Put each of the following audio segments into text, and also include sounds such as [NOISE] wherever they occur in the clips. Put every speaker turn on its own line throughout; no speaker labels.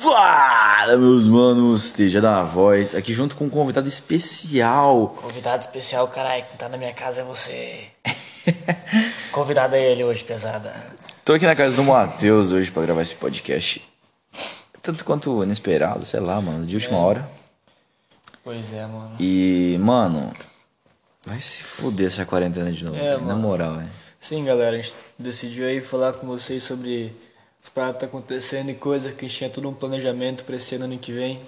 Fala, meus manos, esteja na voz, aqui junto com um convidado especial.
Convidado especial, caralho, quem tá na minha casa é você. [LAUGHS] Convidado é ele hoje, pesada.
Tô aqui na casa do Matheus hoje pra gravar esse podcast. Tanto quanto inesperado, sei lá, mano, de última hora.
Pois é, mano.
E, mano, vai se fuder essa quarentena de novo,
É,
velho, na
mano.
moral, velho.
Sim, galera, a gente decidiu aí falar com vocês sobre as paradas que tá acontecendo e coisa que a gente tinha todo um planejamento pra esse ano, ano que vem.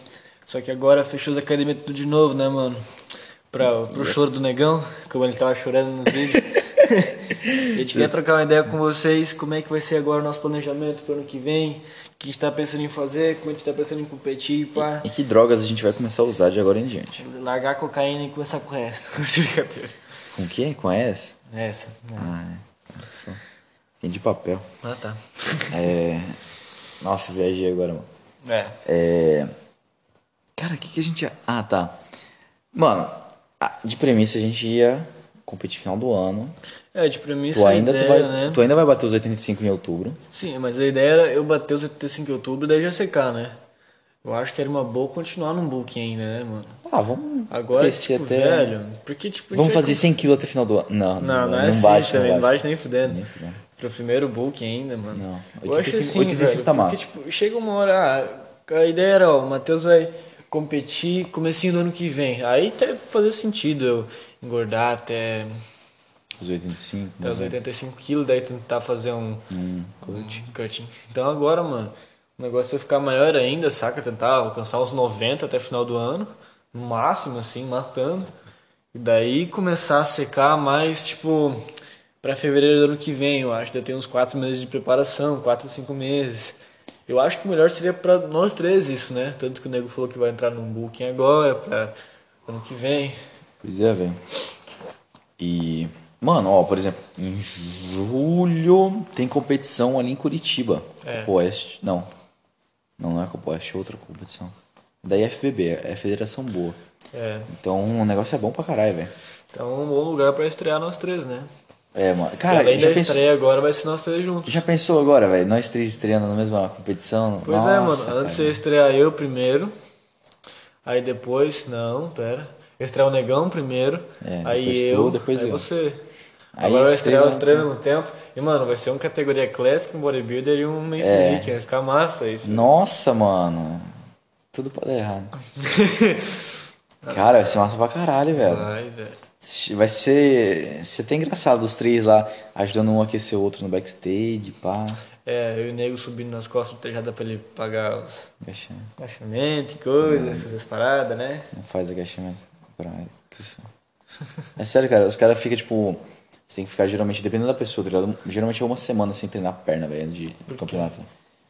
Só que agora fechou as academias tudo de novo, né, mano? Pra, pro choro do negão, como ele tava chorando no vídeo. [LAUGHS] a gente quer trocar uma ideia com vocês, como é que vai ser agora o nosso planejamento pro ano que vem, o que a gente tá pensando em fazer, como a gente tá pensando em competir, pá.
E que drogas a gente vai começar a usar de agora em diante?
Tipo, Largar a cocaína e começar com o resto. [LAUGHS] Brincadeira.
Com o quê? Com S?
Essa. né?
Ah, é. Se for. Tem de papel.
Ah, tá.
É... Nossa, viajei agora, mano.
É.
É. Cara, o que, que a gente ia. Ah, tá. Mano, ah, de premissa a gente ia competir final do ano.
É, de premissa
Tu
a
ainda,
ideia,
tu, vai,
né?
tu ainda vai bater os 85 em outubro.
Sim, mas a ideia era eu bater os 85 de outubro e daí já secar, né? Eu acho que era uma boa continuar num booking ainda, né, mano?
Ah, vamos
Agora,
crescer
tipo,
até.
velho, porque tipo... a gente
Vamos
vai
fazer 100 kg até final do ano. Não,
com- Não, não, é
não
assim
bate,
também,
não
não
bate.
bate nem fudendo.
Nem fudendo.
Pro primeiro booking ainda, mano.
Não,
eu acho
85
assim,
85
velho,
tá massa.
Porque, tipo, chega uma hora, ah, a ideia era, ó, o Matheus vai competir comecinho do ano que vem. Aí até fazer sentido eu engordar até,
Os 85.
até os
né?
85 quilos, daí tentar fazer um,
Hum.
um cutting. Então agora, mano, o negócio é ficar maior ainda, saca? Tentar alcançar uns 90 até final do ano, no máximo, assim, matando. E daí começar a secar mais, tipo, pra fevereiro do ano que vem, eu acho. Daí tem uns 4 meses de preparação, 4, 5 meses. Eu acho que o melhor seria pra nós três isso, né? Tanto que o nego falou que vai entrar num booking agora, pra ano que vem.
Pois é, velho. E. Mano, ó, por exemplo, em julho tem competição ali em Curitiba.
É.
Copa Oeste. Não. Não, não é Copa Oeste, é outra competição. Da IFBB, é a Federação Boa.
É.
Então o negócio é bom pra caralho, velho.
Então é um bom lugar pra estrear nós três, né?
É, mano.
Cara,
Cara,
Além
já
da
pensou,
estreia agora vai ser nós três juntos.
já pensou agora, velho? Nós três estreando na mesma competição?
Pois é, mano.
Nossa, cara.
Antes eu estrear eu primeiro. Aí depois. Não, pera. Estrear o negão primeiro.
É,
aí
depois
eu.
tu, depois
aí
eu.
você.
Aí
Agora vai
os três
estrear os
vão-
três ao mesmo tempo. E, mano, vai ser uma categoria Classic, um bodybuilder e um Men's
É.
Physique. Vai ficar massa isso.
Nossa, mano. Tudo pode dar
[LAUGHS]
errado. Cara, vai ser massa pra caralho, velho.
Ai, velho.
Vai ser, ser até engraçado os três lá ajudando um a aquecer o outro no backstage, pá.
É, eu e o nego subindo nas costas do tejada pra ele pagar os
Agachamento.
agachamento e coisa,
Hum.
fazer as paradas, né?
Não faz agachamento. Pra que isso? É sério, cara. Os caras ficam, tipo... Você tem que ficar, geralmente, dependendo da pessoa, tá ligado? Geralmente é uma semana sem treinar perna, velho, de campeonato.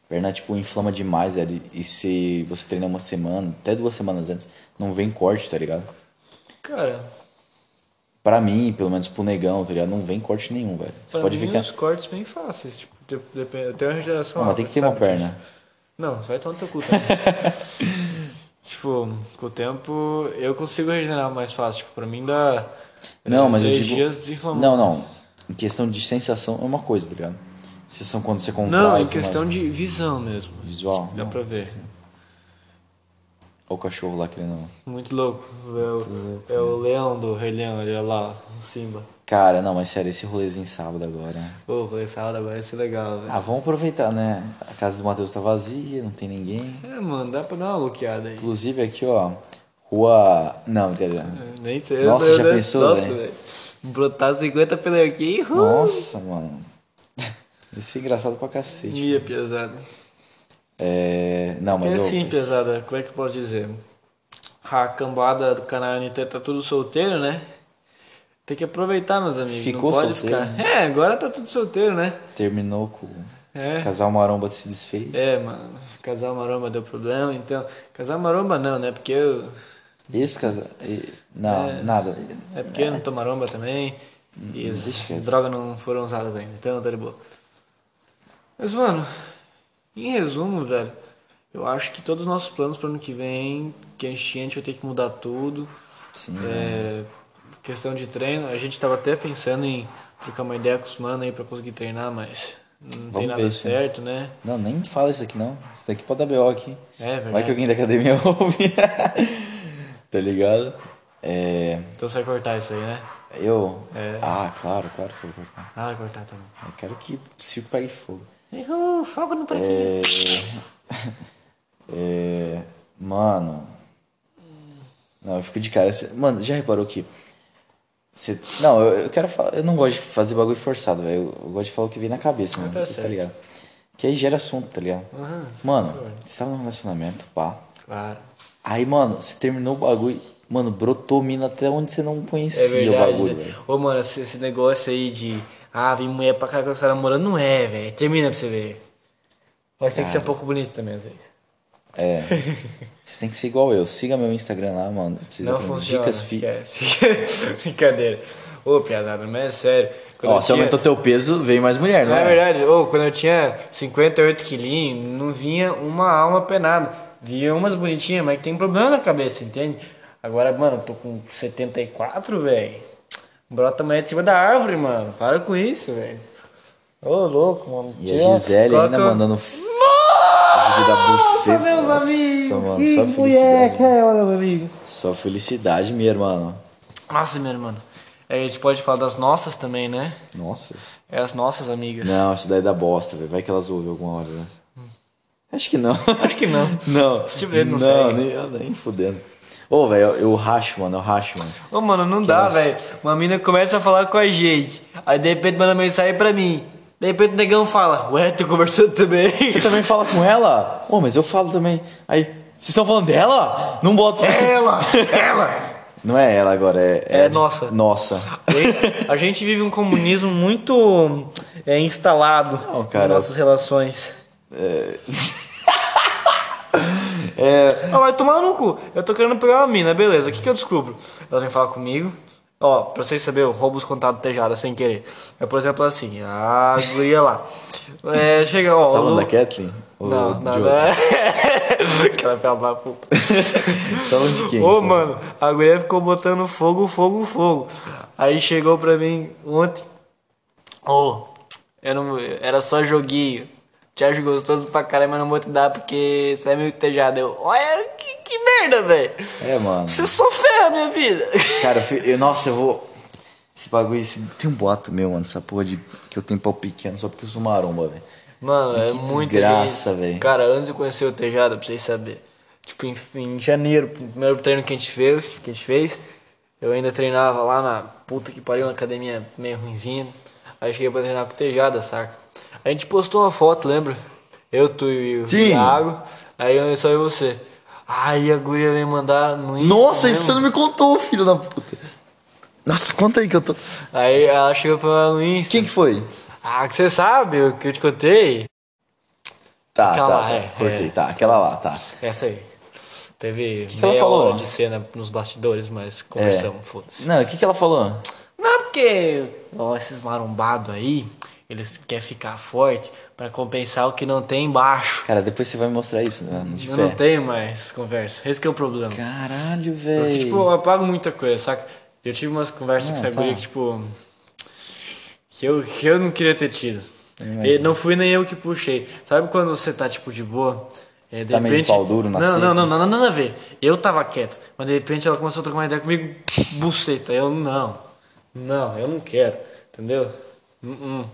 Perna, tipo, inflama demais, velho. E se você treinar uma semana, até duas semanas antes, não vem corte, tá ligado?
Cara,
Pra mim, pelo menos pro negão, tá ligado? Não vem corte nenhum, velho. Você
pra
pode
mim
ver que...
os cortes bem fáceis. Tipo, de- depende- eu tenho uma
Não,
regeneração
mas
alta,
tem que ter uma
sabe disso.
perna.
Não, vai tomar no teu
[LAUGHS]
cu também. tipo, com o tempo eu consigo regenerar mais fácil. Tipo, pra mim dá.
Não,
eh,
mas eu
três
digo-
dias desinflamando.
Não, não. Em questão de sensação é uma coisa, tá ligado? Sensação quando você contrai.
Não, em
tudo mais.
questão de visão mesmo.
Visual,
Dá
não.
pra ver.
Olha o cachorro lá querendo. um.
Muito louco. É o, é o
né?
leão do Rei Leão, ele é lá, o Simba.
Cara, não, mas sério, esse rolezinho sábado agora.
Ô, oh, essa aula agora vai ser legal, velho.
Ah, vamos aproveitar, né? A casa do Matheus tá vazia, não tem ninguém.
É, mano, dá pra dar uma bloqueada aí.
Inclusive aqui, ó. Rua. Não, brincadeira.
Nem sei.
Nossa,
eu-
já
eu-
pensou,
nossa,
velho?
Brotar 50 pneu aqui, uhul.
Nossa, mano. [LAUGHS] Isso é engraçado pra cacete.
Ia pesado.
É. Não, mas
É
eu.
assim, pesada, como é que eu posso dizer? A cambada do canal NT tá tudo solteiro, né? Tem que aproveitar, meus amigos.
Ficou
não pode
solteiro, né?
ficar. É, agora tá tudo solteiro, né?
Terminou com.
É.
Casal Maromba se desfez.
É, mano. Casal maromba deu problema, então. Casal maromba não, né? Porque eu.
Esse casal. e- Não, nada.
É porque eu não tô maromba também.
Hum,
E
deixa
as
quieto.
drogas não foram usadas ainda, então tá de boa. Mas, mano, em resumo, velho, eu acho que todos os nossos planos pro ano que vem, que a gente tinha, a gente vai ter que mudar tudo.
Sim.
É, questão de treino, a gente tava até pensando em trocar uma ideia com os mano aí pra conseguir treinar, mas não tem
Vamos
nada
ver isso aí.
certo, né?
Não, nem fala isso aqui não. Isso daqui pode dar BO aqui.
É verdade.
Vai que alguém da academia [LAUGHS] ouve. tá ligado? É.
Então você vai cortar isso aí, né?
Eu.
É.
Ah, claro, claro que eu vou cortar.
Ah, vai cortar também.
Eu quero que o circo pegue fogo.
Uhul, fogo no parquinho.
É. é... Mano. Não, eu fico de cara. Cê- Mano, já reparou que. cê- Não, eu, eu quero falar. Eu não gosto de fazer bagulho forçado, velho. Eu, eu gosto de falar o que vem na cabeça, mano.
Tá
cê tá
certo.
ligado? Que aí gera assunto, tá ligado?
Aham,
Mano, você tava num relacionamento, pá.
Claro.
Aí, mano, você terminou o bagulho. Mano, brotou mina até onde você não conhecia
É verdade.
o bagulho,
né?
velho.
Ô, mano, esse, esse negócio aí de. Ah, vem mulher pra cá que você tá namorando, não é, velho. Termina pra você ver. Mas tem que ser um pouco bonito também, às vezes.
É. Vocês têm que ser igual eu. Siga meu Instagram lá, mano. Precisa
Não
aprender
funciona. é.
dicas fi...
esquece. [LAUGHS] Brincadeira. Ô, piazada, mas é sério. Quando
Ó,
eu
se
tinha-
aumentou teu peso, veio mais mulher,
Não
né?
é verdade, ô, quando eu tinha 58 quilinhos, não vinha uma alma penada. Vinha umas bonitinhas, mas que tem problema na cabeça, entende? Agora, mano, eu tô com 74, velho. Brota amanhã de cima da árvore, mano. Para com isso, velho. Ô, louco, mano.
E a Gisele ainda mandando. Nossa, da
Nossa,
buceta.
meus
Nossa,
amigos.
mano,
que
só
mulher,
felicidade.
que é, meu amigo.
Só felicidade, minha irmã.
Nossa, meu irmão. É, A gente pode falar das nossas também, né?
Nossa.
É as nossas amigas.
Não, isso daí dá bosta, velho. Vai que elas ouvem alguma hora dessa. Acho que não. [LAUGHS]
Acho que não.
Não.
Esse tipo de não segue.
nem, eu nem fudendo. Ô, velho, eu, eu racho, mano, eu racho, mano.
Ô, mano, não dá, velho. Uma mina começa a falar com a gente. Aí de repente manda mensagem pra mim. De repente o negão fala, ué, tu conversou também?
Você também fala com ela? Ô, mas eu falo também. Aí, vocês estão falando dela? Não bota.
Ela! Ela!
[LAUGHS] Não é ela agora, é.
É
a-
nossa.
Nossa. Tá
a gente vive um comunismo muito é, instalado
Não, cara.
nas nossas relações.
[LAUGHS]
É... vai tomar no cu. Eu tô querendo pegar uma mina, beleza. O que, que eu descubro? Ela vem falar comigo. Ó, pra vocês saberem, eu roubo os contatos tejada sem querer. É, por exemplo, assim, a guria lá. É, chega, ó.
Tá
o
falando
Lu-
da Kathleen? Ou
Não,
de
não,
outra?
não. [LAUGHS] Aquela pela da puta.
Tá falando de quem?
Ô,
Sabe?
mano, a mulher ficou botando fogo, fogo, fogo. Aí chegou pra mim ontem. Ô, eu não, era só joguinho. Te acho gostoso pra caralho, mas não vou te dar porque você é meio tejado. Eu, olha que, que merda, velho.
É, mano.
Você só ferra a minha vida. [LAUGHS]
Cara, eu, fui- eu- nossa, eu vou. Esse bagulho, esse- tem um boato meu, mano, essa porra de. que eu tenho pau pequeno só porque eu sou maromba, velho.
Mano, é
Que
muito
desgraça,
gente.
velho.
Cara, antes eu conhecer o Tejada, pra vocês saberem. Tipo, em, em janeiro, pro primeiro treino que a gente fez, que a gente fez, eu ainda treinava lá na puta que pariu, na academia meio ruinzinha. Aí cheguei pra treinar com o Tejada, saca? A gente postou uma foto, lembra? Eu, tu e o
Sim.
Thiago. Aí eu só eu e você. Aí a guria veio mandar no Insta.
Nossa,
mesmo.
isso você não me contou, filho da puta. Nossa, conta aí que eu tô.
Aí ela chegou pra mandar no Insta.
Quem que foi?
Ah, que você sabe o que eu te contei?
Tá,
Aquela
tá,
lá,
tá.
é,
Cortei,
é.
tá. Aquela lá, tá.
Essa aí. Teve
ela
meia
falou? É.
hora de cena nos bastidores, mas conversamos, foda-se.
Não, o que, que ela falou?
Não, porque ó, esses marombados aí, eles querem ficar forte pra compensar o que não tem embaixo.
Cara, depois você vai me mostrar isso, né? De
Eu
pé.
não tenho mais conversa. Esse que é o problema.
Caralho, velho.
Tipo, eu apago muita coisa, saca? Eu tive umas conversas
Ah,
com essa
tá.
guria que, tipo. Que eu, que eu não queria ter tido. E não fui nem eu que puxei. Sabe quando você tá, tipo, de boa? É,
tá meio de pau duro na
não,
seca.
não, não, não, não, nada a ver. Eu tava quieto, mas de repente ela começou a trocar uma ideia comigo, buceta. Eu não, não, eu não quero, entendeu? Uh -uh.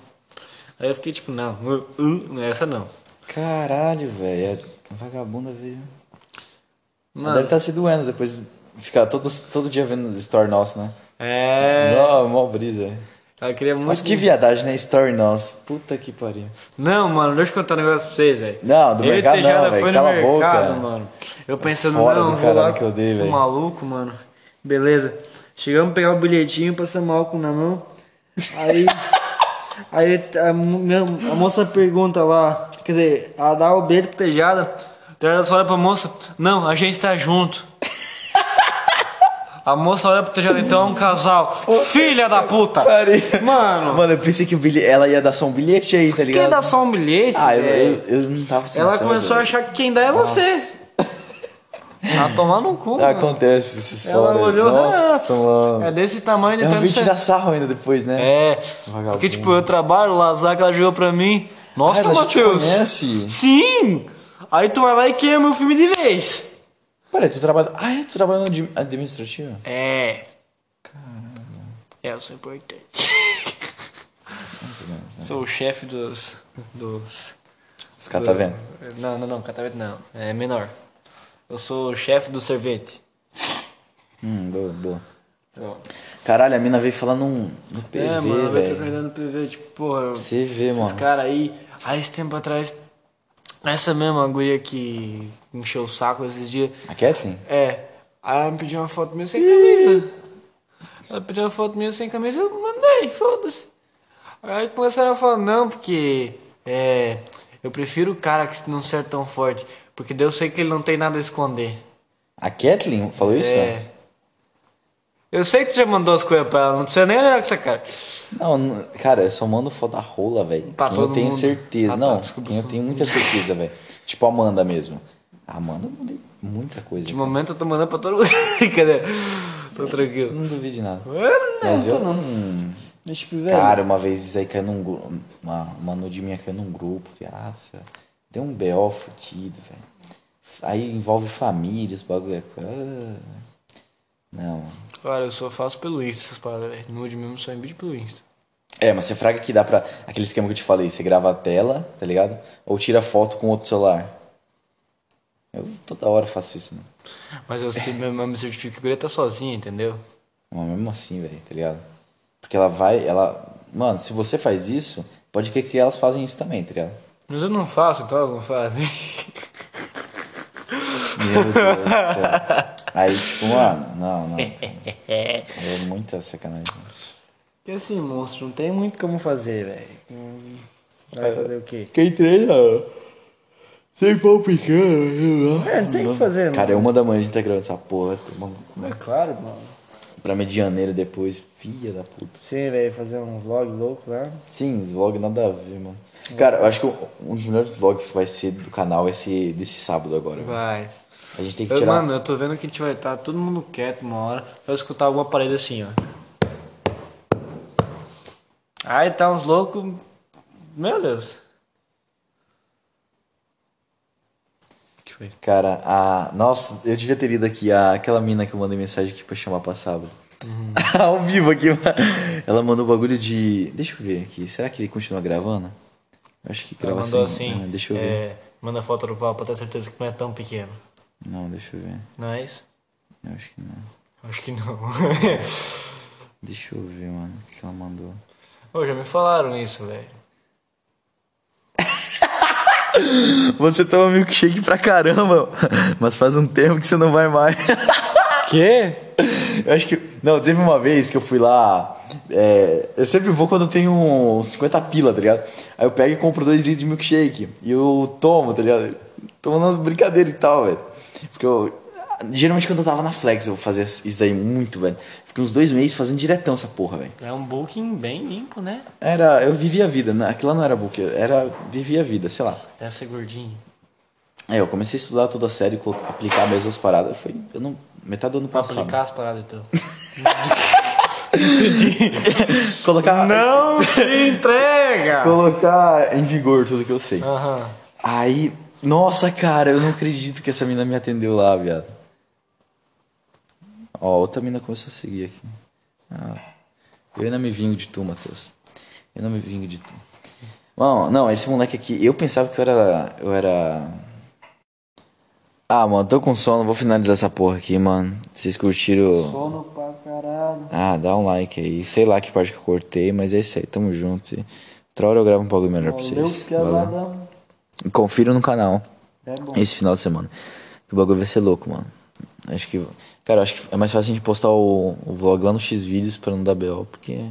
Aí eu fiquei tipo, não, uh, uh, essa não.
Caralho, velho. A Vagabunda veio. Ela
Mano,
Deve estar se doendo depois de ficar todo, todo dia vendo os stories nossos, né?
é.
Não, mó brisa. velho.
Ela queria muito.
Nossa, que viadagem, né? Story nosso. Puta que pariu.
Não, mano, deixa eu contar um negócio pra vocês, velho.
Não, do
Eu e o
mercado
Tejada
não, velho.
foi no
Cala a boca.
mercado, mano. Eu pensando,
Fora
não,
do
vou lá
caralho que eu dei,
com o
velho.
maluco, mano. Beleza. Chegamos a pegar o bilhetinho, passamos álcool na mão.
[LAUGHS]
Aí. aí a, mo- a moça pergunta lá, quer dizer, ela dá o bilhete pro Tejada. O Tejada só olha pra moça, não, a gente
[LAUGHS]
tá junto. A moça olha pro Tejada, então é um casal. Filha da puta!
Pariu.
Mano,
Mano, eu pensei que o bilhe... ela ia dar só um bilhete aí, tá ligado?
quem dá só um bilhete?
Ah, eu,
velho?
eu, eu não tava sem
Ela
noção,
começou a
velho.
achar que quem dá é você.
[LAUGHS]
Tá tomando um cu. mano.
Acontece esses
Ela
fora.
olhou,
Nossa,
[LAUGHS] ah,
mano.
É desse tamanho de
Ela
tanto
veio
você-
tirar sarro ainda depois, né?
É.
Vagabundo.
Porque, tipo, eu trabalho lá, a Zaca ela jogou pra mim. Nossa,
Cara, ela já te
Matheus!
conhece?
Sim! Aí tu vai lá e queima meu filme de vez.
Peraí, tu trabalha. Ah, é? Tu trabalha na admi- administrativa?
É. É, eu sou importante.
né?
sou o chefe dos. dos.
Os caras
É.
tá vendo?
Não, não, não, catavento não. É menor. Eu sou o chefe do servente.
Hum, boa, boa.
Eu-
Caralho, a mina veio falar num. No PV,
é, mano, eu tô
velho.
perdendo PV, tipo, porra. eu-
Você vê,
Esses
mano.
caras aí, há esse tempo atrás, essa mesma guria que encheu o saco esses dias,
A Kathleen?
é, aí ela me pediu uma foto minha sem camisa. Ela pediu uma foto minha sem camisa, eu mandei, foda-se. Aí começaram a falar, não, porque é, eu prefiro o cara que não ser tão forte, porque daí eu sei que ele não tem nada a esconder.
A Kathleen falou isso?
É. Eu sei que tu já mandou as coisas pra ela, não precisa nem olhar com essa cara.
Não, n- cara, eu só mando foto da rola, velho.
Pra
quem
todo
eu tenho
mundo.
certeza.
Ah, tá,
não,
desculpa,
quem eu
só-
tenho muita certeza, velho. Tipo a Amanda mesmo. A Amanda eu mandei muita coisa.
De momento eu tô mandando pra todo mundo. [LAUGHS] Cadê? Tô tranquilo.
Eu não duvido de nada.
Não,
Mas eu.
Mas, tipo, velho.
Cara, uma vez isso aí caiu num grupo. Uma, uma nude minha caiu num grupo, viaça. Deu um BO fudido, velho. Aí envolve família, os bagulho. é- Ah. Não.
Cara, eu só faço pelo Insta essas paradas, velho. Nude mesmo só em vídeo pelo Insta.
É, mas você fraga que dá pra. Aquele esquema que eu te falei, você grava a tela, tá ligado? Ou tira foto com outro celular. Eu toda hora faço isso, mano.
Mas eu sei mesmo, eu me certifico que a guria tá sozinha, entendeu?
Mas mesmo assim, velho, tá ligado? Porque ela vai, ela. Mano, se você faz isso, pode crer que elas fazem isso também, tá ligado?
Mas eu não faço, então elas não fazem. [LAUGHS]
Meu Deus do céu. Aí, tipo, mano, não, não. cara. É muita sacanagem.
E assim, monstro, não tem muito como fazer, velho. Hum, Vai fazer o quê?
Quem treina. Sem palpicando.
É, não tem o que fazer,
Cara, é uma da manhã a gente tá gravando essa porra. tá bom?
É claro, mano.
Pra medianeira depois, filha da puta.
Sim, velho, fazer um vlog louco lá.
Sim, os vlogs nada a ver, mano. Cara, eu acho que um dos melhores vlogs que vai ser do canal vai ser desse sábado agora. velho.
Vai.
A gente tem que
Eu,
tirar.
mano, eu tô vendo que a gente vai estar todo mundo quieto uma hora. Vai escutar alguma parede assim, ó. Aí tá uns loucos. Meu Deus. que foi?
Cara, a. Nossa, eu devia ter ido aqui, a... aquela mina que eu mandei mensagem aqui pra chamar pra sábado.
Uhum.
[LAUGHS] Ao vivo aqui, mano. Ela mandou o bagulho de. Deixa eu ver aqui. Será que ele continua gravando? Eu acho que
Ela
grava
mandou
sem-
assim.
Ah, deixa eu
é,
ver.
manda foto do pau pra ter certeza que não é tão pequeno.
Não, deixa eu ver.
Não é isso?
Eu acho que não.
Acho que não. [LAUGHS]
Deixa eu ver, mano, o que ela mandou.
Ô, já me falaram isso, velho.
Você toma milkshake pra caramba, [LAUGHS] mas faz um tempo que você não vai mais.
Quê?
[LAUGHS] Eu acho que. Não, teve uma vez que eu fui lá. é, eu sempre vou quando eu tenho uns 50 pila, tá ligado? Aí eu pego e compro dois litros de milkshake. E eu tomo, tá ligado? Tomando brincadeira e tal, velho. Porque eu. Geralmente quando eu tava na Flex eu fazia isso daí muito, velho. Fiquei uns dois meses fazendo diretão essa porra, velho.
É um booking bem limpo, né?
Era. Eu vivia a vida, né? aquilo lá não era book, era. Vivia a vida, sei lá.
Deve ser gordinho.
É, eu comecei a estudar toda a série, colocar- aplicar mesmo as paradas. Foi. Eu não, metade do ano passado.
Aplicar as paradas então.
[LAUGHS] Colocar.
Não se entrega!
Colocar em vigor tudo que eu sei.
Aham.
Aí, nossa, cara, eu não acredito que essa mina me atendeu lá, viado. Ó, outra mina começou a seguir aqui. Ah, eu ainda me vingo de tu, Matheus. Eu não me vingo de tu. Bom, não, esse moleque aqui, eu pensava que eu era. Eu era. Ah, mano, tô com sono, vou finalizar essa porra aqui, mano. Vocês curtiram.
Sono pra caralho.
Ah, dá um like aí. Sei lá que parte que eu cortei, mas é isso aí, tamo junto. E Outra hora eu gravo um bagulho melhor pra vocês. Valeu. E Confira no canal
É bom.
esse final de semana. Que o bagulho vai ser louco, mano. Acho que. Cara, acho que é mais fácil a gente postar o, o vlog lá no X Vídeos pra não dar BO, porque.